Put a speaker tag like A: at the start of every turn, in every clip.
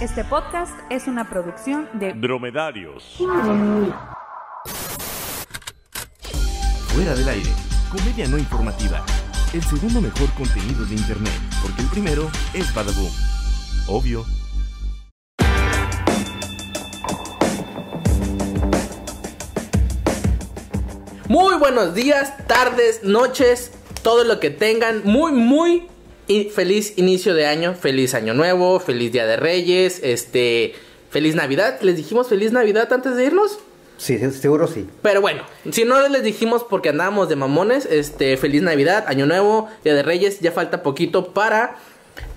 A: Este podcast es una producción de
B: Dromedarios.
C: Fuera del aire. Comedia no informativa. El segundo mejor contenido de internet, porque el primero es Badaboom. Obvio.
D: Muy buenos días, tardes, noches, todo lo que tengan. Muy, muy y feliz inicio de año, feliz año nuevo, feliz día de Reyes, este, feliz Navidad. ¿Les dijimos feliz Navidad antes de irnos?
E: Sí, se- seguro sí.
D: Pero bueno, si no les dijimos porque andábamos de mamones, este, feliz Navidad, año nuevo, día de Reyes, ya falta poquito para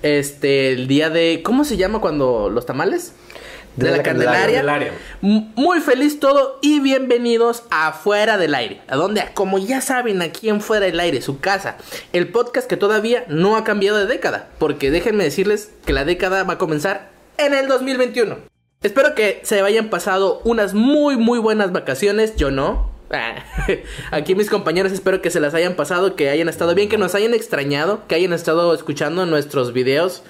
D: este el día de ¿cómo se llama cuando los tamales? De, la, Candelaria. M- Muy feliz todo y bienvenidos a Fuera del Aire. A donde, como ya saben, aquí en Fuera del Aire, su casa. El podcast que todavía no ha cambiado de década. Porque déjenme decirles que la década va a comenzar en el 2021. Espero que se hayan pasado unas muy, muy buenas vacaciones. Yo no. Ah, Aquí mis compañeros espero que se las hayan pasado, que hayan estado bien, que nos hayan extrañado, que hayan estado escuchando nuestros videos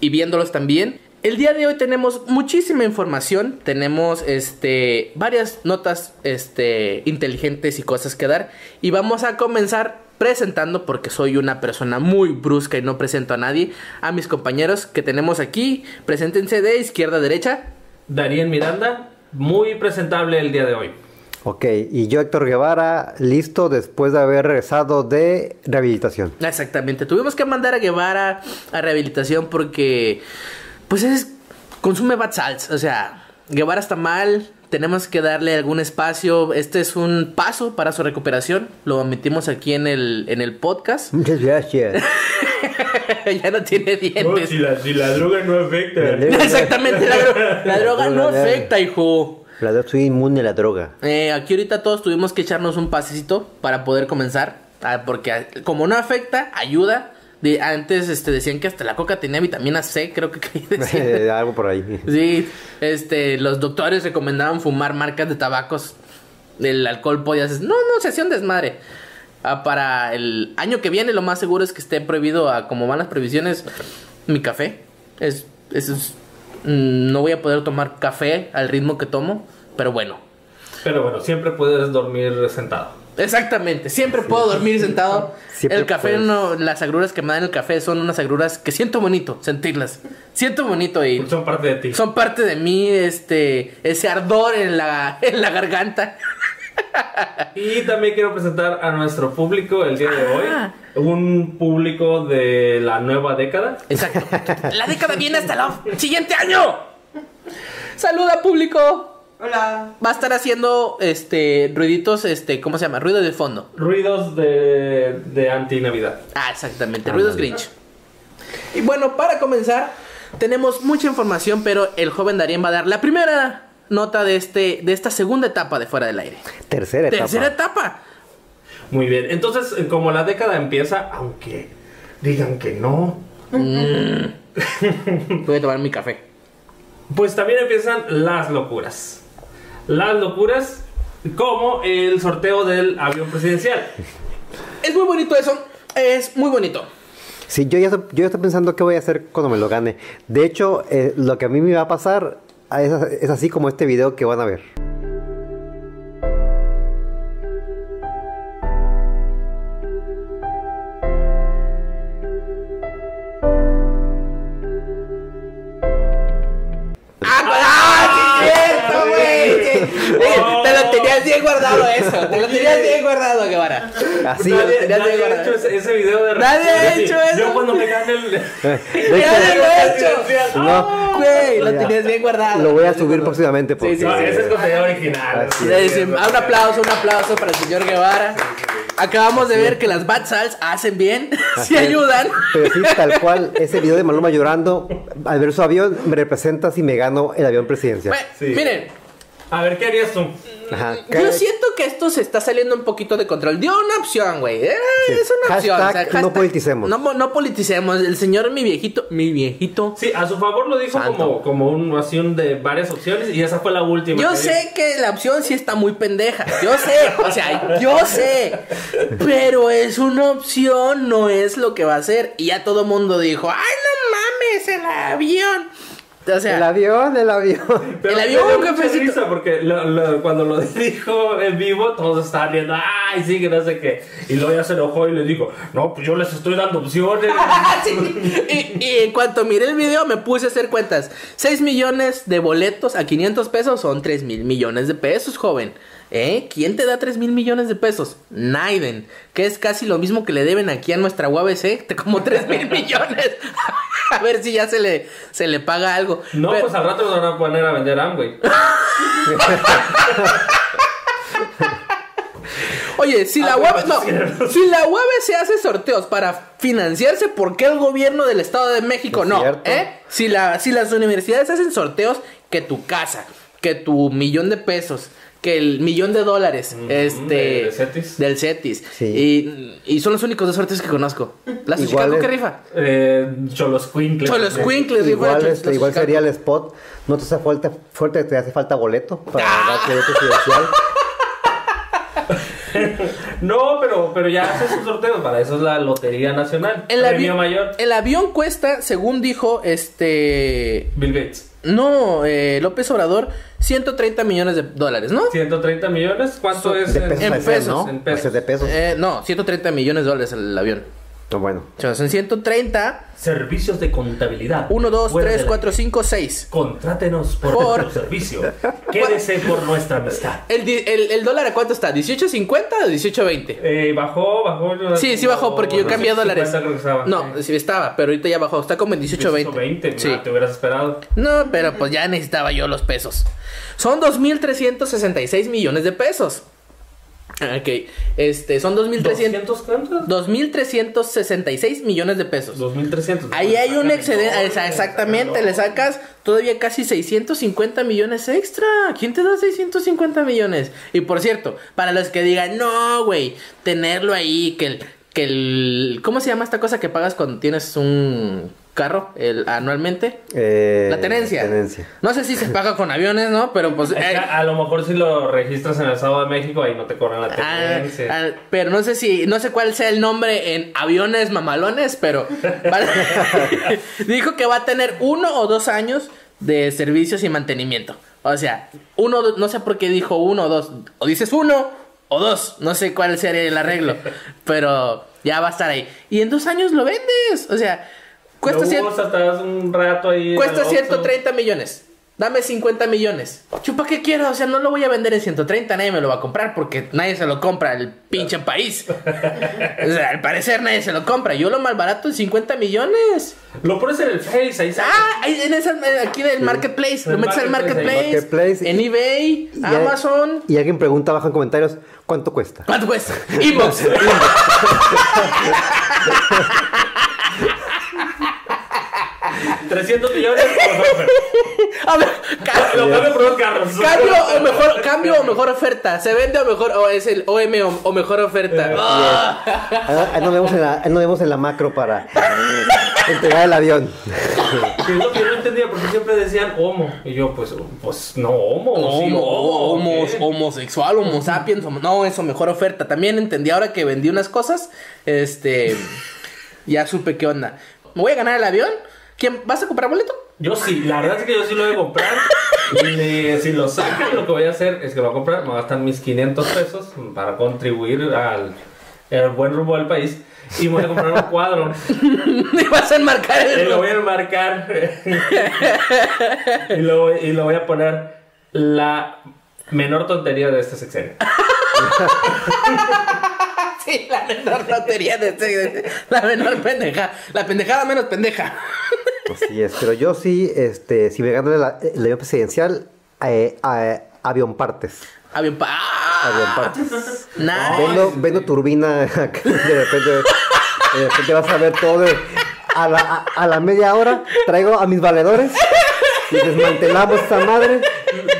D: y viéndolos también. El día de hoy tenemos muchísima información, tenemos este varias notas este inteligentes y cosas que dar y vamos a comenzar presentando porque soy una persona muy brusca y no presento a nadie, a mis compañeros que tenemos aquí, preséntense de izquierda a derecha.
F: Darien Miranda, muy presentable el día de hoy.
E: Ok, y yo Héctor Guevara, listo después de haber regresado de rehabilitación.
D: Exactamente, tuvimos que mandar a Guevara a rehabilitación porque pues es consume bad salts, o sea, Guevara está mal, tenemos que darle algún espacio, este es un paso para su recuperación, lo metimos aquí en el en el podcast.
E: Muchas gracias.
D: ya no tiene dientes.
F: la, droga no afecta.
D: Exactamente, la, dro- la droga no afecta, hijo.
E: La verdad, soy inmune a la droga.
D: Eh, aquí ahorita todos tuvimos que echarnos un pasecito para poder comenzar. ah, porque ah, como no afecta, ayuda. De, antes este, decían que hasta la coca tenía vitamina C, creo que, que decían.
E: Algo por ahí.
D: Sí, este, los doctores recomendaban fumar marcas de tabacos. El alcohol podía hacer. No, no, se hacía un desmadre. Ah, para el año que viene, lo más seguro es que esté prohibido, a como van las previsiones, mi café. Es, es, es- mm, no voy a poder tomar café al ritmo que tomo, pero bueno.
F: Pero bueno, siempre puedes dormir sentado.
D: Exactamente, siempre puedo dormir sentado.
E: Siempre
D: el café,
E: puedes.
D: no, las agruras que me dan el café son unas agruras que siento bonito sentirlas. Siento bonito y
F: Son parte de ti.
D: son parte de mí, este, ese ardor en la, en la garganta.
F: Y también quiero presentar a nuestro público el día de hoy.
D: Ah.
F: Un público de la nueva década.
D: Exacto. La década viene hasta el siguiente año. Saluda público. Hola. Va a estar haciendo este ruiditos, este, ¿cómo se llama? Ruido de fondo.
F: Ruidos de, de anti-Navidad.
D: Ah, exactamente, ruidos Grinch. Y bueno, para comenzar, tenemos mucha información, pero el joven Darien va a dar la primera nota de este de esta segunda etapa de fuera del aire.
E: Tercera etapa.
D: Tercera etapa.
F: Muy bien. Entonces, eh, como la década empieza, aunque digan que no,
D: Voy a tomar mi café.
F: Pues también empiezan las locuras. Las locuras como el sorteo del avión presidencial.
D: Es muy bonito eso. Es muy bonito.
E: Sí, yo ya, estoy- yo ya estoy pensando qué voy a hacer cuando me lo gane. De hecho, eh, lo que a mí me va a pasar ah, es, es así como este video que van a ver.
D: ¡Ah, pues, ah, sí es cierto, güey! Sí.
F: Oh.
D: Te lo tenías bien guardado eso. Te lo tenías bien guardado, Guevara.
E: Así.
D: Dale.
F: nadie
D: ya te
F: nadie
D: digo,
F: ha hecho ese, ese video de
D: Nadie ha hecho eso.
F: Yo cuando me gane el.
E: De
D: ¡Ya
E: hecho,
D: lo he hecho!
E: No.
D: Güey, lo
E: Ya.
D: tenías bien guardado.
E: lo voy a subir próximamente. Porque...
D: sí,
F: No,
D: sí.
F: ese es contenido original.
E: Así
D: Le decimos, ah, un aplauso, un aplauso para el señor Guevara. Acabamos de ver que las Bad Sals hacen bien, sí ayudan.
E: Pero sí, tal cual, ese video de Maluma llorando al ver su avión me representa si me gano el avión presidencia.
D: Bueno,
F: Sí.
D: Miren,
F: A ver, ¿qué harías tú?
E: Ajá.
D: yo siento que esto se está saliendo un poquito de control. Dio una opción, güey. eh,
E: Sí.
D: Es una opción.
E: Hashtag no politicemos.
D: No, po- no politicemos. El señor, mi viejito, mi viejito.
F: Sí, a su favor lo dijo
D: Santo.
F: como, como un acción de varias opciones y esa fue la última.
D: Yo
F: que
D: sé que la opción sí está muy pendeja. Yo sé, o sea, yo sé. Pero es una opción, no es lo que va a ser. Y ya todo mundo dijo, ay, no mames, el avión. O sea,
E: el avión, el avión.
D: El
F: me
D: avión,
F: dio mucha
D: cafecito.
F: risa porque lo- lo- cuando lo dijo en vivo, todos estaban viendo, ay, sí, que no sé qué. Y luego ya se enojó y le dijo, no, pues yo les estoy dando opciones.
D: Sí. Y, y en cuanto miré el video me puse a hacer cuentas. 6 millones de boletos a 500 pesos son 3 mil millones de pesos, joven. ¿Eh? ¿Quién te da 3 mil millones de pesos? Naiden, que es casi lo mismo que le deben aquí a nuestra UABC, te- como 3 mil millones. a ver si ya se le, se le paga algo.
F: no,
D: Pero-
F: pues al rato nos van a poner a vender Amway.
D: Oye, si la,
F: Ah, bueno,
D: UAB, no,
F: sí, cierto.
D: si la UABC hace sorteos para financiarse, ¿por qué el gobierno del Estado de México
E: Es
D: no?
E: cierto.
D: ¿Eh? Si, la, si las universidades hacen sorteos, que tu casa, que tu millón de pesos, que el millón de dólares este,
F: del Cetis.
D: del Cetis.
E: Sí.
D: Y, y son los únicos dos sorteos que conozco. ¿Las de
E: Igual
D: Chicago
E: es-
D: que rifa?
F: Eh, Cholos Quinkles.
D: Son los Quinkles.
E: Igual, este, igual sería el spot. No te hace falta, fuerte, te hace falta boleto para
D: ¡Ah!
E: darte boleto presidencial.
F: No, pero, pero ya hace sus sorteos. Para eso es la Lotería Nacional.
D: El
F: premio
D: avión,
F: mayor.
D: el avión cuesta, según dijo este...
F: Bill Gates.
D: No, eh, López Obrador, 130 millones de dólares, ¿no?
F: 130 millones. ¿Cuánto
D: So-
F: es?
E: De
F: en-
E: pesos,
D: En
E: a ser,
D: pesos,
E: ¿no?
F: en
E: Pues es de pesos.
D: Eh, no, 130 millones de dólares el avión.
E: No, bueno.
D: O sea, son 130,
F: Servicios de contabilidad.
D: 1, 2,
F: Ah, Fuera
D: 3,
F: de la-
D: 4, 5, 6.
F: Contrátenos por,
D: Por-
F: nuestro servicio. Quédese por nuestra amistad.
D: El, di- el, el dólar a cuánto está? ¿18.50 o 18.20?
F: Eh, bajó, bajó. yo-
D: Sí, sí bajó porque yo
F: no
D: cambié
F: sé,
D: dólares.
F: 50 creo que estaba.
D: No, sí estaba, pero ahorita ya bajó. Está como en 18.20.
F: 20,
D: Sí.
F: te hubieras esperado.
D: No, pero pues ya necesitaba yo los pesos. Son 2.366 millones de pesos. Ok, este, son 2.300
F: ¿200 cuántos?
D: 2.366 millones de pesos.
F: 2300.
D: Ahí hay un
F: Sácame
D: excedente,
F: todo,
D: esa- exactamente,
F: sácalo.
D: le sacas todavía casi 650 millones extra. ¿Quién te da 650 millones? Y por cierto, para los que digan, no, güey, tenerlo ahí, que el, que el, ¿cómo se llama esta cosa que pagas cuando tienes un carro el, anualmente?
E: Eh,
D: La tenencia.
E: tenencia.
D: No sé si se paga con aviones, ¿no? Pero pues...
F: Es que
D: eh,
F: a lo mejor si lo registras en el Estado de México, ahí no te cobran la
D: Ah,
F: tenencia.
D: ah, pero no sé si, no sé cuál sea el nombre en aviones mamalones, pero va- dijo que va a tener uno o dos años de servicios y mantenimiento. O sea, uno, do- no sé por qué dijo uno o dos, o dices uno o dos, no sé cuál sería el arreglo, pero ya va a estar ahí. Y en dos años lo vendes, o sea, cuesta,
F: Lo
D: cien-
F: usas, te das un rato ahí. en el
D: cuesta
F: Oxxo.
D: 130 millones. Dame 50 millones. Chupa que quiero, o sea, no lo voy a vender en 130, nadie me lo va a comprar porque nadie se lo compra el pinche país. o sea, al parecer nadie se lo compra. Yo lo malbarato en 50 millones.
F: Lo pones en el Face, ahí sale.
D: Ah, ahí en esa, en- aquí del marketplace, lo
F: El
D: metes al
F: marketplace,
D: marketplace,
E: ahí. Marketplace.
D: en eBay,
E: Y ya-
D: Amazon.
E: Y alguien pregunta abajo en comentarios, ¿cuánto cuesta?
D: ¿Cuánto cuesta? Inbox.
F: ¿300 millones?
D: A ver, ca-
F: lo cambio por unos carros.
D: Cambio o mejor, cambio o mejor oferta. Se vende o mejor, o es el OM o, o mejor oferta. Ah.
E: Ah, Ahí nos vemos en la, ahí nos vemos en la macro para entregar el avión.
F: Que es lo que yo no entendía, porque siempre decían homo. Y yo, pues, pues no homo. sí,
D: Homo,
F: homo,
E: oh,
D: homos-
F: ¿qué?
D: homosexual, homo sapiens, homo- no, eso mejor oferta. También entendí ahora que vendí unas cosas, este, ya supe qué onda. ¿Me voy a ganar el avión? ¿Quién, ¿Vas a comprar boleto?
F: Yo sí, la verdad es que yo sí lo voy a comprar. Y si lo sacan, lo que voy a hacer es que lo voy a comprar. Me gastan mis 500 pesos para contribuir al, al buen rumbo del país. Y me voy a comprar un cuadro.
D: ¿Me vas a enmarcar
F: y
D: el
F: lo voy a enmarcar. y, lo, voy- y lo voy a poner la menor tontería de este sexenio.
D: Sí, la menor lotería de de- la menor pendeja, la pendejada menos pendeja.
E: Así es, pero yo Pues sí, este, si me gano el, a- el avión presidencial, eh, eh, avión partes.
D: Avión pa... Ah,
E: Avión partes.
D: Nah.
E: Vendo, vendo turbina acá, de repente, de repente vas a ver todo de- a, la, a, a la media hora traigo a mis valedores y desmantelamos esta madre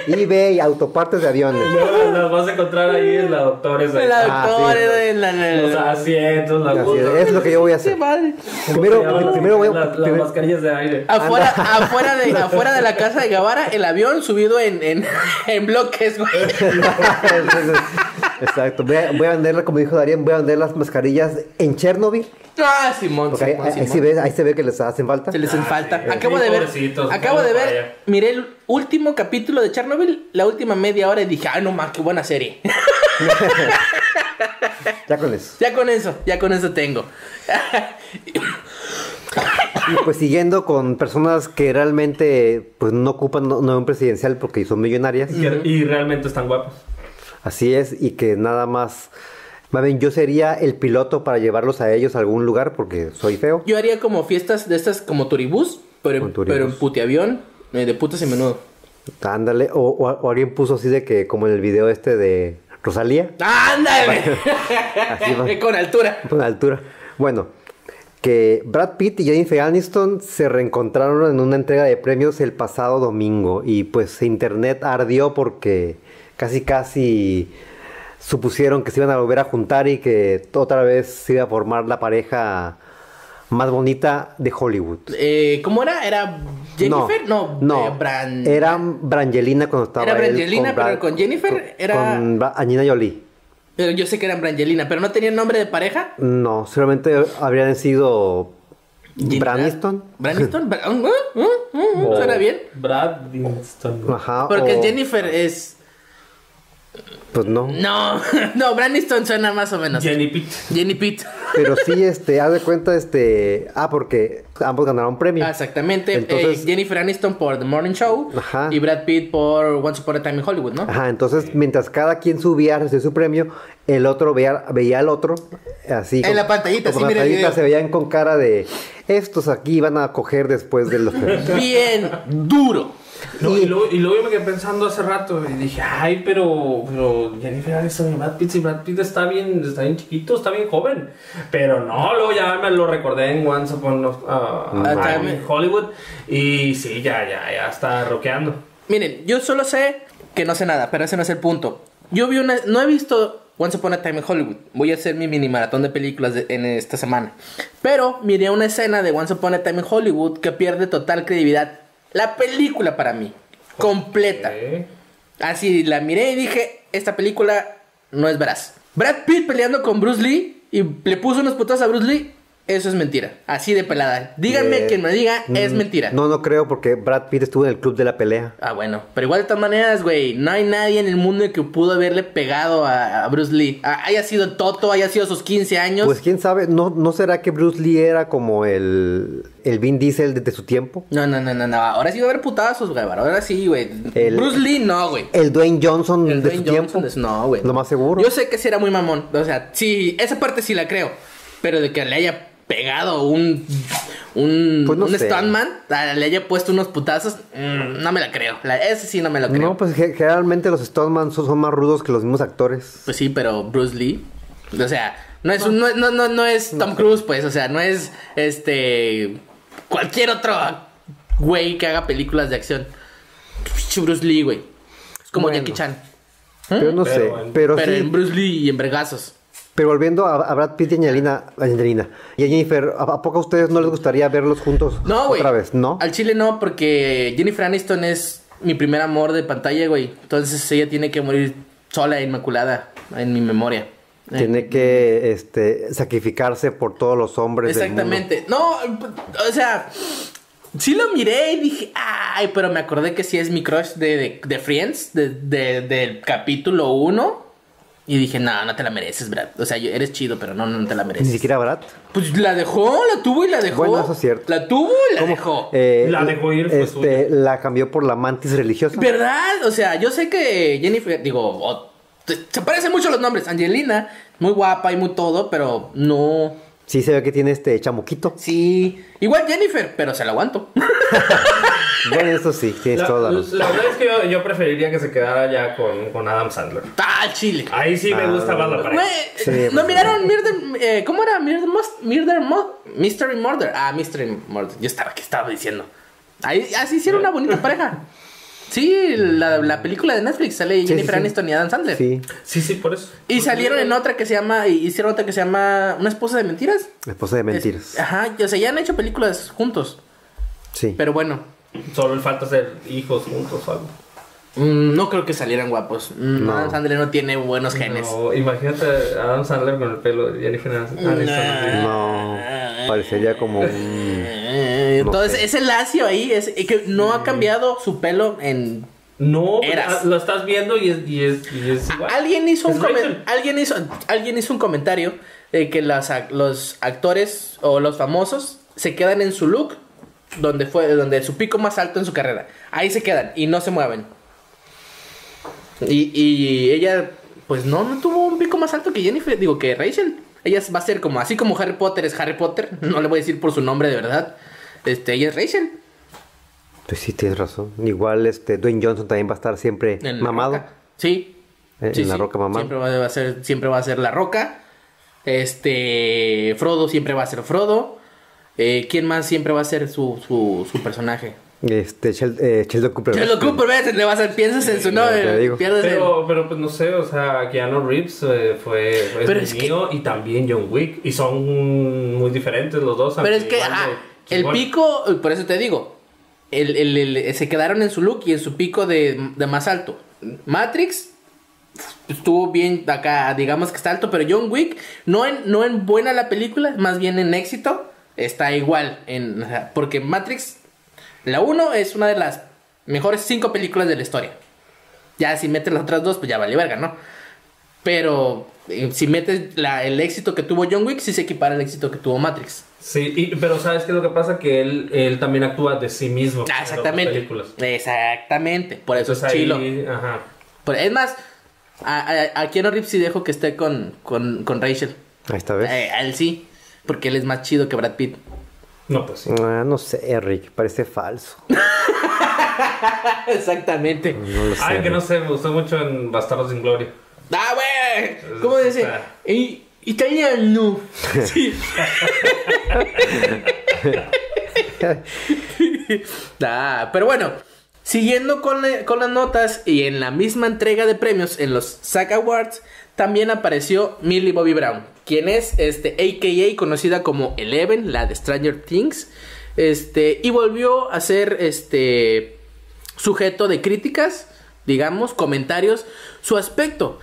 E: y ve y autopartes de aviones
F: Luego las vas a encontrar ahí en la doctora. esa.
D: La
E: Ah,
D: doctora,
E: sí.
D: la- la-
F: Los
D: la-
F: asientos, la
E: Así es, es lo que yo voy a
D: Qué
E: hacer
D: madre.
E: primero primero voy a
F: las, las
E: primero- Ah,
F: mascarillas de aire.
D: Afuera, afuera, de, afuera de la casa de Guevara, el avión subido en, en, en bloques, güey.
E: Exacto, voy a, voy a venderla, como dijo Darien, voy a vender las mascarillas en Chernobyl
D: Ah, Simón,
E: Porque ahí,
D: Simón,
E: ahí- ahí
D: Simón.
E: eh, sí ves- ahí se ve que les hacen falta.
D: Se les hacen falta.
F: sí,
D: acabo de ver.
F: pobrecitos,
D: Acabo de
F: vamos
D: ver.
F: para allá.
D: Miré el último capítulo de Chernobyl, la última media hora, y dije, ay, no más, qué buena serie.
E: Ya con eso.
D: ya con eso, ya con eso tengo.
E: Y pues siguiendo con personas que realmente pues no ocupan no- no un presidencial porque son millonarias.
F: Y, y realmente están guapos.
E: Así es, y que nada más. Más bien, yo sería el piloto para llevarlos a ellos a algún lugar porque soy feo.
D: Yo haría como fiestas de estas, como turibús, pero,
E: Con turibús.
D: pero en puteavión, eh, de putas y menudo.
E: Ándale, o, o- o alguien puso así de que, como en el video este de Rosalía,
D: ¡Ándale!
E: Así va.
D: con altura.
E: con altura. Bueno, que Brad Pitt y Jennifer Aniston se reencontraron en una entrega de premios el pasado domingo y pues internet ardió porque casi casi supusieron que se iban a volver a juntar y que otra vez se iba a formar la pareja más bonita de Hollywood.
D: Eh, ¿Cómo era? ¿Era Jennifer? No,
E: no.
D: eh, Bran-
E: Era Brangelina cuando estaba.
D: Era
E: él
D: Brangelina, pero
E: Brad-
D: con Jennifer era-
E: Con Bra- Angelina Jolie.
D: Pero yo sé que eran Brangelina, pero no tenían nombre de pareja.
E: No, seguramente habrían sido.
D: Jennifer-
E: Braniston.
D: Braniston. Bra- mm, mm, mm, mm,
F: O
D: Suena bien.
F: Brad Dinston.
E: Ajá.
D: Porque
E: Ah, o-
D: Jennifer es.
E: Pues no.
D: No, no, Braniston suena más o menos.
F: Jenny Pitt.
D: Jenny Pitt.
E: Pero sí, este, haz de cuenta, este. Ah, porque ambos ganaron premio.
D: Ah, Exactamente.
E: Entonces-
D: Eh, Jennifer Aniston por The Morning Show
E: Ajá.
D: y Brad Pitt por Once Upon a Time in Hollywood, ¿no?
E: Ajá, entonces mientras cada quien subía a recibir su premio, el otro veía, veía al otro, así.
D: En la pantallita,
E: con
D: sí, mira el
E: pantallita,
D: video.
E: se veían con cara de. Estos aquí van a coger después de los premios.
D: Bien duro.
F: No, y, luego, y luego yo me quedé pensando hace rato y dije, ay, pero, pero Jennifer Aniston y Brad Pitt, si Brad Pitt está bien, está bien chiquito, está bien joven. Pero no, luego ya me lo recordé en Once Upon a a
D: Ah,
F: Time in
D: también.
F: Hollywood y sí, ya, ya, ya está roqueando.
D: Miren, yo solo sé que no sé nada, pero ese no es el punto. Yo vi una. No he visto Once Upon a Time in Hollywood. Voy a hacer mi mini maratón de películas de- en esta semana. Pero miré una escena de Once Upon a Time in Hollywood que pierde total credibilidad. La película para mí, completa.
F: Ok.
D: Así la miré y dije, esta película no es veraz. Brad Pitt peleando con Bruce Lee y le puso unos putas a Bruce Lee, eso es mentira. Así de pelada. Díganme
E: Eh,
D: quien me diga, es
E: Mm,
D: mentira.
E: No, no creo porque Brad Pitt estuvo en el club de la pelea.
D: Ah, bueno. Pero igual de todas maneras, güey, no hay nadie en el mundo que pudo haberle pegado a, a Bruce Lee. A- haya sido Toto, haya sido sus 15 años.
E: Pues quién sabe, ¿no, no será que Bruce Lee era como el, el Vin Diesel de, de su tiempo?
D: No, no, no, no, no. Ahora sí va a haber putazos, güey. Ahora sí, güey.
E: El-
D: Bruce Lee, no, güey.
E: El Dwayne Johnson
D: El
E: de
D: Dwayne
E: su
D: Johnson
E: tiempo.
D: es- no, güey.
E: Lo más seguro.
D: Yo sé que sí era muy mamón. O sea, sí, esa parte sí la creo. Pero de que le haya pegado un. Un,
E: Pues no
D: un
E: sé.
D: stuntman, a- le haya puesto unos putazos, mm, no me la creo. La, ese sí no me lo creo.
E: No, pues ge- generalmente los Stoneman son, son más rudos que los mismos actores.
D: Pues sí, pero Bruce Lee. O sea, no es, un- no, no, no, no es Tom Cruise, pues. O sea, no es este. Cualquier otro güey que haga películas de acción. Pinche Bruce Lee, güey. Es como
E: Bueno.
D: Jackie Chan.
E: Pero no
F: Pero
E: sé,
F: bueno.
E: pero,
D: ¿Eh? Pero,
E: sí.
D: en Bruce Lee y en vergazos.
E: Pero volviendo a, a Brad Pitt y Angelina, Angelina y a Jennifer, ¿a, a poco a ustedes no les gustaría verlos juntos
D: No, güey.
E: otra vez? No.
D: Al chile no, porque Jennifer Aniston es mi primer amor de pantalla, güey. Entonces ella tiene que morir sola, inmaculada, en mi memoria. Eh,
E: Tiene que este, sacrificarse por todos los hombres. del mundo.
D: Exactamente. No, o sea, sí lo miré y dije, ay, pero me acordé que sí es mi crush de, de, de Friends, de- de- del capítulo 1. Y dije, no, no te la mereces, Brad. O sea, yo- eres chido, pero no, no te la
E: Ni
D: mereces.
E: siquiera Brad.
D: Pues la dejó, la tuvo y la dejó.
E: Bueno, eso es cierto.
D: La tuvo y la dejó.
E: Eh,
F: La dejó ir, fue
E: este, La cambió por la mantis religiosa.
D: ¿Verdad? O sea, yo sé que Jennifer, digo, o- te- se parecen mucho los nombres. Angelina, muy guapa y muy todo, pero no.
E: Sí se ve que tiene este chamuquito.
D: Sí. Igual Jennifer, pero se la aguanto.
E: Bueno, eso sí, tienes
F: La,
E: toda la razón.
F: la verdad es que yo, yo preferiría que se quedara ya con, con Adam Sandler.
D: Tal chile.
F: Ahí sí me
E: Ah.
F: gusta más la
D: Güey, eh,
F: pareja.
E: Sí,
D: ¿no
E: pues,
D: miraron Murder, eh, ¿Cómo era? Murder, Must- Murder Mo- Mystery Murder. Ah, Mystery Murder. Yo estaba, ¿qué estaba diciendo? Ahí, así hicieron una bonita pareja. Sí, la, la película de Netflix sale
E: sí,
D: Jennifer
E: sí.
D: Aniston y Adam Sandler.
E: Sí,
F: Sí, sí, por eso.
D: Y salieron en otra que se llama, y hicieron otra que se llama Una esposa de mentiras.
E: esposa de mentiras.
D: Es- ajá, o sea, ya han hecho películas juntos.
E: Sí.
D: Pero bueno,
F: Solo le falta ser hijos juntos o algo.
D: Mm, no creo que salieran guapos. Mm,
E: No.
D: Adam Sandler no tiene buenos genes.
F: No, imagínate a Adam Sandler con el pelo de Jennifer Aniston. así.
E: No, parecería como un...
D: Eh,
E: No
D: Entonces,
E: sé. Mm.
D: ese lacio ahí es, es que no ha cambiado su pelo en.
F: No, pero
D: Eras. Ah,
F: lo estás viendo y es, y es, y es igual.
D: Alguien hizo un
F: Es
D: comen-
F: Rachel.
D: alguien hizo alguien hizo un comentario de que las ac- los actores o los famosos se quedan en su look donde fue donde su pico más alto en su carrera. Ahí se quedan y no se mueven. Y, y ella pues no no tuvo un pico más alto que Jennifer, digo que Rachel. Ella va a ser como así como Harry Potter es Harry Potter, no le voy a decir por su nombre de verdad. Este, ella es Rachel.
E: Pues sí, tienes razón. Igual este Dwayne Johnson también va a estar siempre
D: En la
E: mamado.
D: roca. Sí.
E: Eh,
D: Sí,
E: en la
D: sí.
E: roca mamado.
D: Siempre va, va a ser, siempre va a ser la roca. Este. Frodo siempre va a ser Frodo. Eh, ¿Quién más siempre va a ser su, su, su personaje?
E: Este, Sheld- eh, Sheldon Cooper.
D: Sheldon Cooper, ¿ves? Le vas a, piensas en su
E: te
D: nombre.
E: digo.
D: pierdes el-
F: Pero, pero pues no sé, o sea, Keanu Reeves eh, fue, fue
D: Pero
F: el
D: es que-
F: mío y también John Wick. Y son muy diferentes los dos.
D: Pero
F: aunque
D: es que
F: igual de
D: ah, el
F: chingón.
D: pico, por eso te digo, el- el- el- se quedaron en su look y en su pico de, de más alto. Matrix pues, estuvo bien acá, digamos que está alto, pero John Wick, no en, no en buena la película, más bien en éxito, está igual. En, o sea, porque Matrix, la 1 es una de las mejores 5 películas de la historia. Ya si metes las otras dos, pues ya vale verga, ¿no? Pero eh, si metes la- el éxito que tuvo John Wick, sí se equipara al éxito que tuvo Matrix.
F: Sí, y- pero ¿sabes qué es lo que pasa? Que él, él también actúa de sí mismo. en
D: Ah,
F: otras
D: exactamente.
F: películas.
D: Exactamente. Por eso
F: Entonces
D: es chilo.
F: ahí, ajá.
D: Por- es más, a, a, a Keanu Reeves sí dejo que esté con, con, con Rachel.
E: Ahí está, ¿ves?
D: Eh, a él sí. Porque él es más chido que Brad Pitt.
F: No, pues sí.
E: Ah, no sé, Rick, parece falso.
D: Exactamente.
E: No lo sé.
F: Ay, que no
E: Rick.
F: sé, me gustó mucho en Bastardos sin Gloria.
D: ¡Ah, güey! ¿Cómo dice?
F: Está-
D: I- Italiano. Sí. Ah, pero bueno, siguiendo con, la- con las notas y en la misma entrega de premios en los SAG Awards, también apareció Millie Bobby Brown, quien es este AKA conocida como Eleven, la de Stranger Things, este y volvió a ser este sujeto de críticas, digamos, comentarios, su aspecto.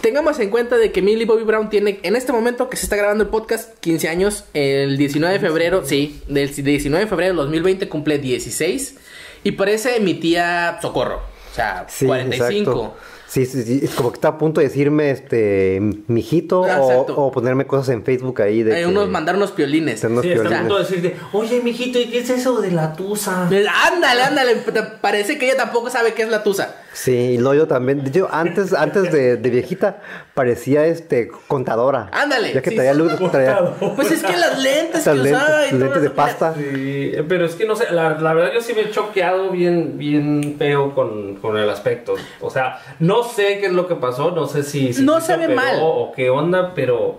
D: Tengamos en cuenta de que Millie Bobby Brown tiene en este momento que se está grabando el podcast 15 años, el 19 de febrero, sí, del 19 de febrero del 2020 cumple 16 y parece mi tía Socorro, o sea,
E: Sí,
D: 45.
E: exacto. Sí, sí, sí, es como que está a punto de decirme, este, mijito,
D: Ah,
E: o,
D: exacto.
E: o ponerme cosas en Facebook ahí de
D: Hay
E: que-
D: unos mandar unos piolines.
E: Tener unos
F: Sí, está a
E: piolines.
F: punto de decirte, oye, mijito, ¿y qué es eso de la tusa?
D: Ándale, ándale, te- parece que ella tampoco sabe qué es la tusa.
E: Sí, y luego yo también. Yo antes, antes de, de viejita parecía este contadora.
D: Ándale,
E: Ya que
D: sí.
E: traía luz, traía
D: Pues es que las lentes que
E: estas lentes,
D: usaba y todo
E: lentes de
D: eso, mira,
E: pasta.
F: Sí, pero es que no sé, la, la verdad yo sí me he choqueado bien, bien feo con, con el aspecto. O sea, no sé qué es lo que pasó, no sé si, si
D: No
F: sí
D: se ve
F: operó
D: mal.
F: o qué onda, pero,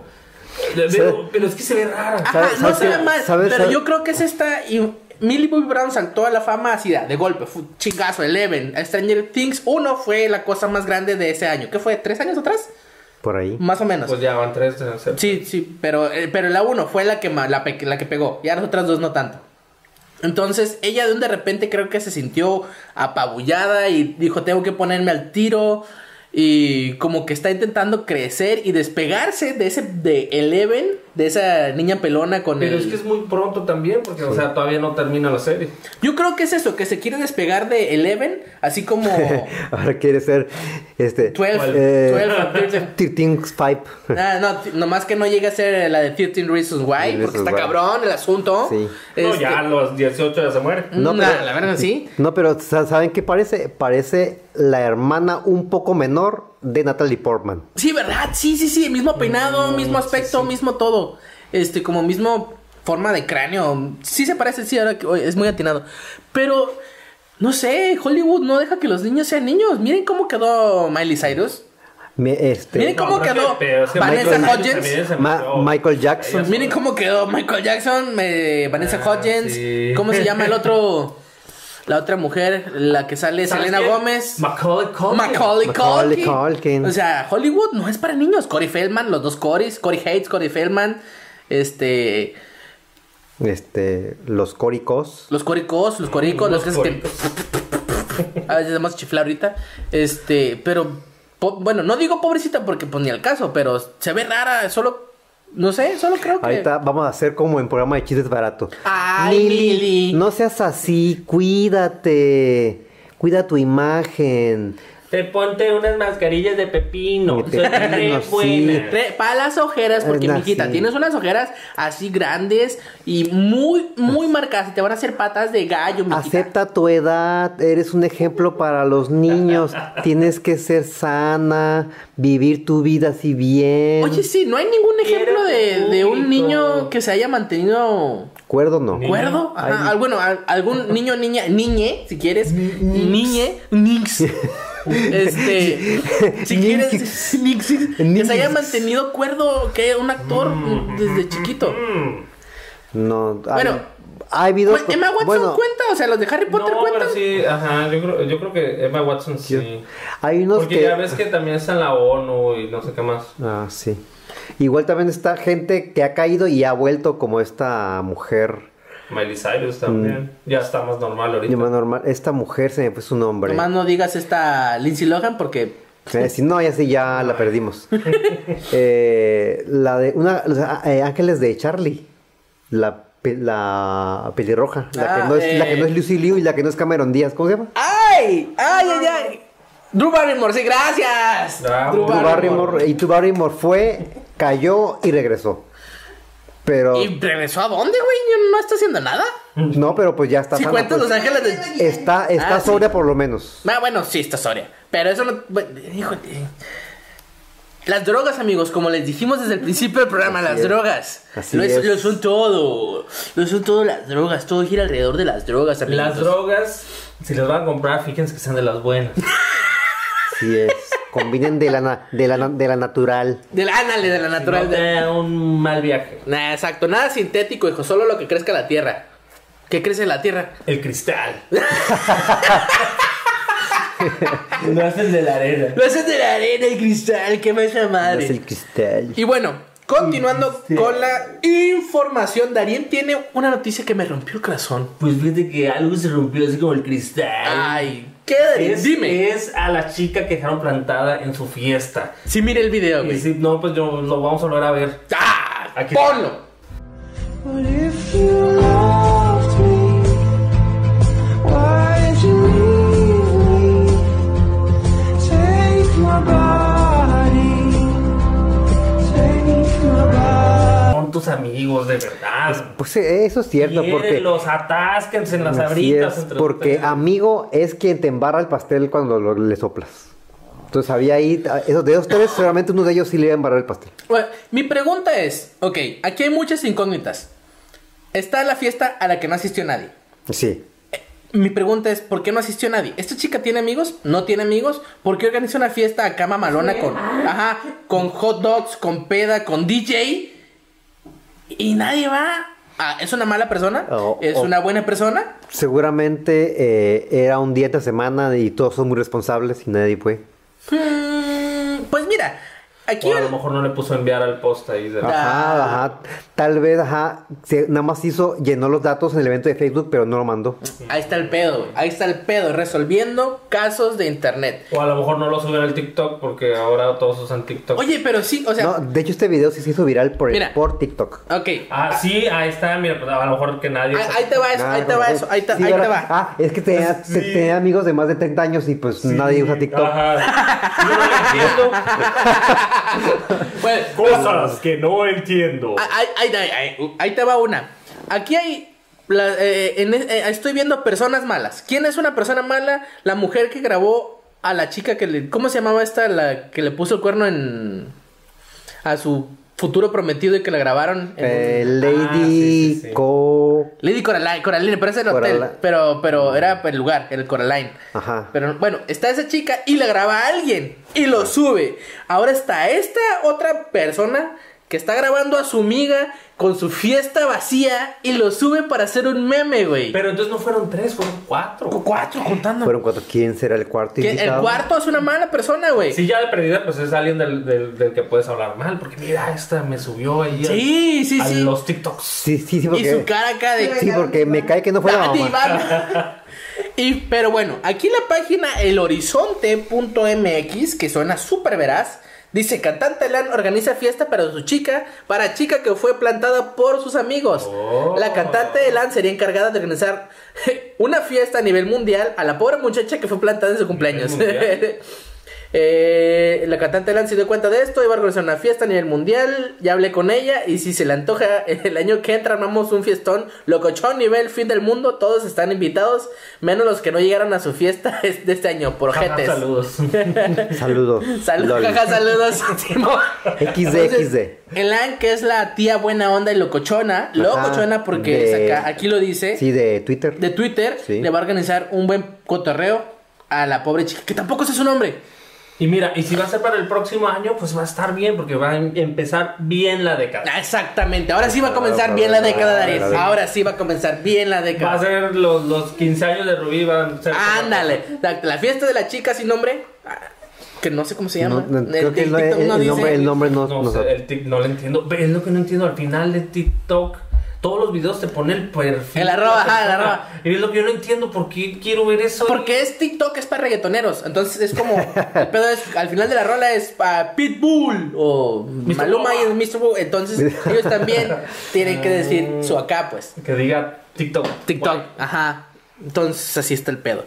F: pero, pero es que se ve rara.
D: Ajá,
E: ¿Sabes-
D: no
E: sabes
D: se ve
E: qué?
D: mal,
E: ¿Sabes-
D: pero
E: sabes-
D: yo creo que es esta. Y Millie Bobby Brown saltó a la fama así de, de golpe, fue un chingazo, Eleven, Stranger Things 1 fue la cosa más grande de ese año. ¿Qué fue? ¿Tres años atrás?
E: por ahí.
D: Más o menos.
F: Pues ya van tres. o sea,
D: Sí, sí, pero, eh, pero la 1 fue la que, ma- la, pe- la que pegó, ya las otras dos no tanto. Entonces, ella de un de repente creo que se sintió apabullada y dijo, tengo que ponerme al tiro. Y como que está intentando crecer y despegarse de ese, de Eleven, de esa niña pelona con
F: Pero
D: el...
F: es que es muy pronto también, porque o sea, todavía no termina la serie.
D: Yo creo que es eso, que se quiere despegar de Eleven, así como 12,
E: Ahora quiere ser este.
D: 12,
E: eh,
D: 13.
E: 13 Pipe.
D: Ah, no, t- nomás que no llegue a ser la de 13 Reasons Why,
E: Reasons
D: porque está
E: Why.
D: cabrón el asunto.
E: Sí.
F: No,
D: Este,
F: ya a los 18 ya se muere.
D: No,
E: No, pero-
D: la verdad sí.
E: No, pero sa- ¿saben qué parece? Parece la hermana un poco menor de Natalie Portman.
D: Sí, ¿verdad? Sí, sí, sí, mismo peinado, mismo aspecto, mismo todo. Este, como mismo forma de cráneo. Sí se parece, sí, ahora que- oye, es muy atinado. Pero, no sé, Hollywood no deja que los niños sean niños. Miren cómo quedó Miley Cyrus.
E: Me- este,
D: Miren cómo
F: No,
D: quedó
F: pero es que
D: Vanessa
F: Michael-
D: Hodges.
F: Michael- se
E: Ma-
F: metió.
E: Michael Jackson.
D: Miren cómo quedó Michael Jackson, eh, Vanessa
F: Ah,
D: Hodgins.
F: sí.
D: ¿Cómo se llama el otro? La otra mujer, la que sale,
F: ¿Sabes
D: Selena
F: qué?
D: Gómez.
F: Macaulay Culkin.
D: Macaulay
E: Macaulay
D: Culkin.
E: Culkin.
D: O sea, Hollywood no es para niños. Corey Feldman, los dos Corys. Corey Hates, Corey Feldman. Este.
E: Este, los córicos.
D: Los Coricos, los Coricos, los,
F: Los
D: que, hacen que-
F: coricos.
D: A veces hemos chiflado ahorita. Este, pero. po- bueno, no digo pobrecita porque pues ni al caso, pero se ve rara. Solo. No sé, solo creo que.
E: Ahorita vamos a hacer como en programa de chistes barato.
D: Ay, Lili.
E: No seas así, cuídate. Cuida tu imagen.
F: Te ponte unas mascarillas de pepino.
E: De
F: Son re
E: pepino, sí.
F: buenas.
D: Re- Para las ojeras, porque
E: Ah,
D: mijita,
E: sí.
D: tienes unas ojeras así grandes y muy, muy marcadas. y Te van a hacer patas de gallo, mijita.
E: Pues Acepta tu edad, eres un ejemplo para los niños. Tienes que ser sana, vivir tu vida así bien.
D: Oye, sí, no hay ningún ejemplo de,
F: Quiero
D: de un
F: público.
D: niño que se haya mantenido
E: ¿Cuerdo o no?
F: Ni-
D: cuerdo. Ajá, al- bueno, al- algún niño, niña, niñe, si quieres. Niñe, nix. Este, si quieres, nix, que se haya
E: Nix.
D: mantenido cuerdo que un actor
F: Mm.
D: desde chiquito.
E: No. hay-
D: Bueno.
E: ha habido.
D: Pues, Emma Watson
E: bueno,
D: cuenta, o sea, los de Harry Potter
F: No,
D: cuentan.
F: pero sí, ajá, yo creo, yo creo que Emma Watson sí.
E: hay unos
F: Porque
E: que.
F: ya ves que también está en la ONU y no sé qué más.
E: Ah, sí. Igual también está gente que ha caído y ha vuelto como esta mujer.
F: Miley Cyrus
E: Mm.
F: también. Ya está más normal ahorita.
E: Llama normal. Esta mujer se me fue su nombre.
D: Nomás no digas esta Lindsay Lohan porque
E: Eh, Si no, ya sí, ya la perdimos. Eh, la de una, los, ah, eh, Ángeles de Charlie. La, pe- la pelirroja. La,
D: Ah,
E: que no es, la que
D: eh.
E: no es Lucy Liu y la que no es Cameron Díaz. ¿Cómo se llama?
D: ¡Ay! ¡Ay, ay, ay! Drew Barrymore, sí, gracias.
F: Bravo.
D: Drew
E: Tu
F: Barrymore.
E: Barrymore- y tu Barrymore fue, cayó y regresó. Pero.
D: ¿Y regresó a dónde, güey? No está haciendo nada.
E: No, pero pues ya está.
D: Si
E: sana,
D: cuentas
E: pues.
D: Los Ángeles de.
E: está está
D: Ah, sí.
E: sobria por lo menos.
D: Ah, bueno, sí, está Soria. Pero eso no. bueno, Híjole. Las drogas, amigos, como les dijimos desde el principio del programa, las
E: es.
D: drogas.
E: Así
D: lo, es-
E: es.
D: lo son todo. Lo son todo las drogas. Todo gira alrededor de las drogas, amigos.
F: Las drogas, si las van a comprar, fíjense que sean de las buenas.
E: Sí es. Combinen de la, na- de la, na- de la natural.
D: De la, ándale, de la natural.
F: No
D: de-
F: te un mal viaje.
D: Nah, exacto, nada sintético, hijo, solo lo que crezca la tierra. ¿Qué crece en la tierra?
F: El cristal. no es el de la arena.
D: Lo haces de la arena, el cristal, qué me esa
E: No es
D: madre.
E: el cristal.
D: Y bueno, continuando con la información, Darien tiene una noticia que me rompió el corazón.
F: Pues fíjate que algo se rompió así como el cristal.
D: Ay, ¿qué Darien?
F: Es-
D: Dime.
F: Es a la chica que dejaron plantada en su fiesta.
D: Sí, mire el video,
F: Y
D: güey.
F: si no, pues yo lo vamos a volver a ver.
D: ¡Ah!
F: Aquí está.
D: ¡Ponlo!
B: But if you loved me, why'd you leave me? Take my body, take my body.
F: Son tus amigos, de verdad.
E: Pues eh, eso es cierto, porque.
F: los atásquense en las
E: Así
F: abritas.
E: es,
F: entre
E: porque
F: ustedes.
E: amigo es quien te embarra el pastel cuando lo- le soplas. Entonces había ahí, ah, esos de esos tres, seguramente uno de ellos sí le iba a embarrar el pastel.
D: Bueno, mi pregunta es, ok, aquí hay muchas incógnitas. Está la fiesta a la que no asistió nadie.
E: Sí.
D: Mi pregunta es, ¿por qué no asistió nadie? ¿Esta chica tiene amigos? ¿No tiene amigos? ¿Por qué organiza una fiesta a cama malona con, ajá, con hot dogs, con peda, con DJ? Y nadie va. Ah, ¿Es una mala persona?
E: Oh,
D: ¿Es
E: oh.
D: una buena persona?
E: Seguramente eh, era un día de semana y todos son muy responsables y nadie fue.
D: Hmm, pues mira, aquí...
F: O a lo mejor no le puso enviar al post ahí. De...
E: Ajá,
D: Ah.
E: ajá. Tal vez, ajá, se- nada más hizo, llenó los datos en el evento de Facebook, pero no lo mandó.
D: Ahí está el pedo, güey. ahí está el pedo, resolviendo casos de internet.
F: O a lo mejor no lo subió al TikTok porque ahora todos usan TikTok.
D: Oye, pero sí, o sea...
E: No, de hecho este video sí se hizo viral por,
D: Mira.
E: por TikTok.
D: Ok,
F: Ah, sí, ahí está, mira, pues a lo mejor que nadie.
D: ahí, ahí te va eso, ahí te va eso, ahí te,
E: Ah, Sí,
D: ahí te
E: ¿verdad?
D: va.
E: Ah, es que tenía,
F: Sí.
E: se- tenía amigos de más de 30 años y pues nadie usa TikTok.
F: Ajá. Yo no lo entiendo.
D: Bueno,
F: Cosas que no entiendo.
D: Ah, Ahí, ahí- ahí- ahí- ahí te va una. Aquí hay. la- eh, en es- eh, estoy viendo personas malas. ¿Quién es una persona mala? La mujer que grabó a la chica que le. ¿Cómo se llamaba esta? La que le puso el cuerno en. A su futuro prometido y que la grabaron. en
E: Eh,
D: un-
E: Lady
F: Ah, sí, sí, sí.
E: Co.
D: Lady Coraline, Coraline, pero ese era el hotel.
E: Corala-
D: Pero, pero era el lugar, el Coraline.
E: Ajá.
D: Pero bueno, está esa chica y la graba a alguien y lo sube. Ahora está esta otra persona que está grabando a su amiga con su fiesta vacía y lo sube para hacer un meme, güey.
F: Pero entonces no fueron tres, fueron cuatro.
D: cuatro contando.
E: Fueron cuatro. ¿Quién será el cuarto
D: Que Ah, el
E: invitado?
D: cuarto es una mala persona, güey.
F: Si ya de perdida, pues es alguien del, del, del que puedes hablar mal. Porque mira, esta me subió ahí. a-
D: Sí, sí,
F: a
D: sí.
F: los TikToks.
E: Sí, sí,
D: Y
E: sí,
D: su
E: porque.
D: cara acá de...
E: Sí, porque me cae que no fue la
D: Date,
E: mamá.
D: Iván. Y, pero bueno, aquí en la página elhorizonte.mx, que suena súper veraz, dice, cantante Lan organiza fiesta para su chica, para chica que fue plantada por sus amigos.
F: Oh.
D: La cantante Elan sería encargada de organizar una fiesta a nivel mundial a la pobre muchacha que fue plantada en su cumpleaños.
F: mundial?
D: Eh, la cantante Lan se dio cuenta de esto, iba a organizar una fiesta a nivel mundial, ya hablé con ella y si se le antoja el año que entra armamos un fiestón locochón nivel fin del mundo, todos están invitados, menos los que no llegaron a su fiesta es- de este año, por
F: Jaja,
D: ojetes.
F: Saludos.
E: Saludos.
D: Saludos,
E: Lol.
D: jaja, saludos. Simón.
E: XD.
D: Elan, que es la tía buena onda y locochona, locochona porque
E: de-
D: es acá, aquí lo dice,
E: Sí, de Twitter.
D: de Twitter,
E: Sí.
D: le va a organizar un buen cotorreo a la pobre chica, que tampoco sé su nombre.
F: Y mira, y si va a ser para el próximo año, pues va a estar bien, porque va a em- empezar bien la década.
D: Ah, Exactamente, ahora sí va a comenzar bien la década
E: Ah,
D: de Aries. Ahora sí va a comenzar bien la
F: Va a
D: década.
F: ser los, los 15 años de Rubí, van a ser.
D: Ándale, exacto, la fiesta de la chica sin nombre, ah, que no sé cómo se
E: No,
D: llama.
E: no, creo
D: El-
E: que
D: el
E: el, no-
D: TikTok
E: el-
D: no
E: el
D: dice.
E: nombre, el nombre no,
F: No,
E: no
F: sé,
E: sabe.
F: el tic- no lo entiendo. Ve, Es lo que no entiendo. Al final de TikTok, todos los videos te pone el
D: El
F: perfil. de la
D: arroba, ajá, el
F: persona.
D: arroba.
F: Y es lo que yo no entiendo. ¿Por qué quiero ver eso?
D: Porque es TikTok, es para reggaetoneros. Entonces es como. El pedo es. Al final de la rola es para Pitbull o
F: Mr.
D: Maluma y
F: Boba.
D: Mr. Boba. Entonces ellos también tienen que decir su acá, pues.
F: Que diga TikTok.
D: TikTok,
F: Guay.
D: ajá. Entonces así está el pedo.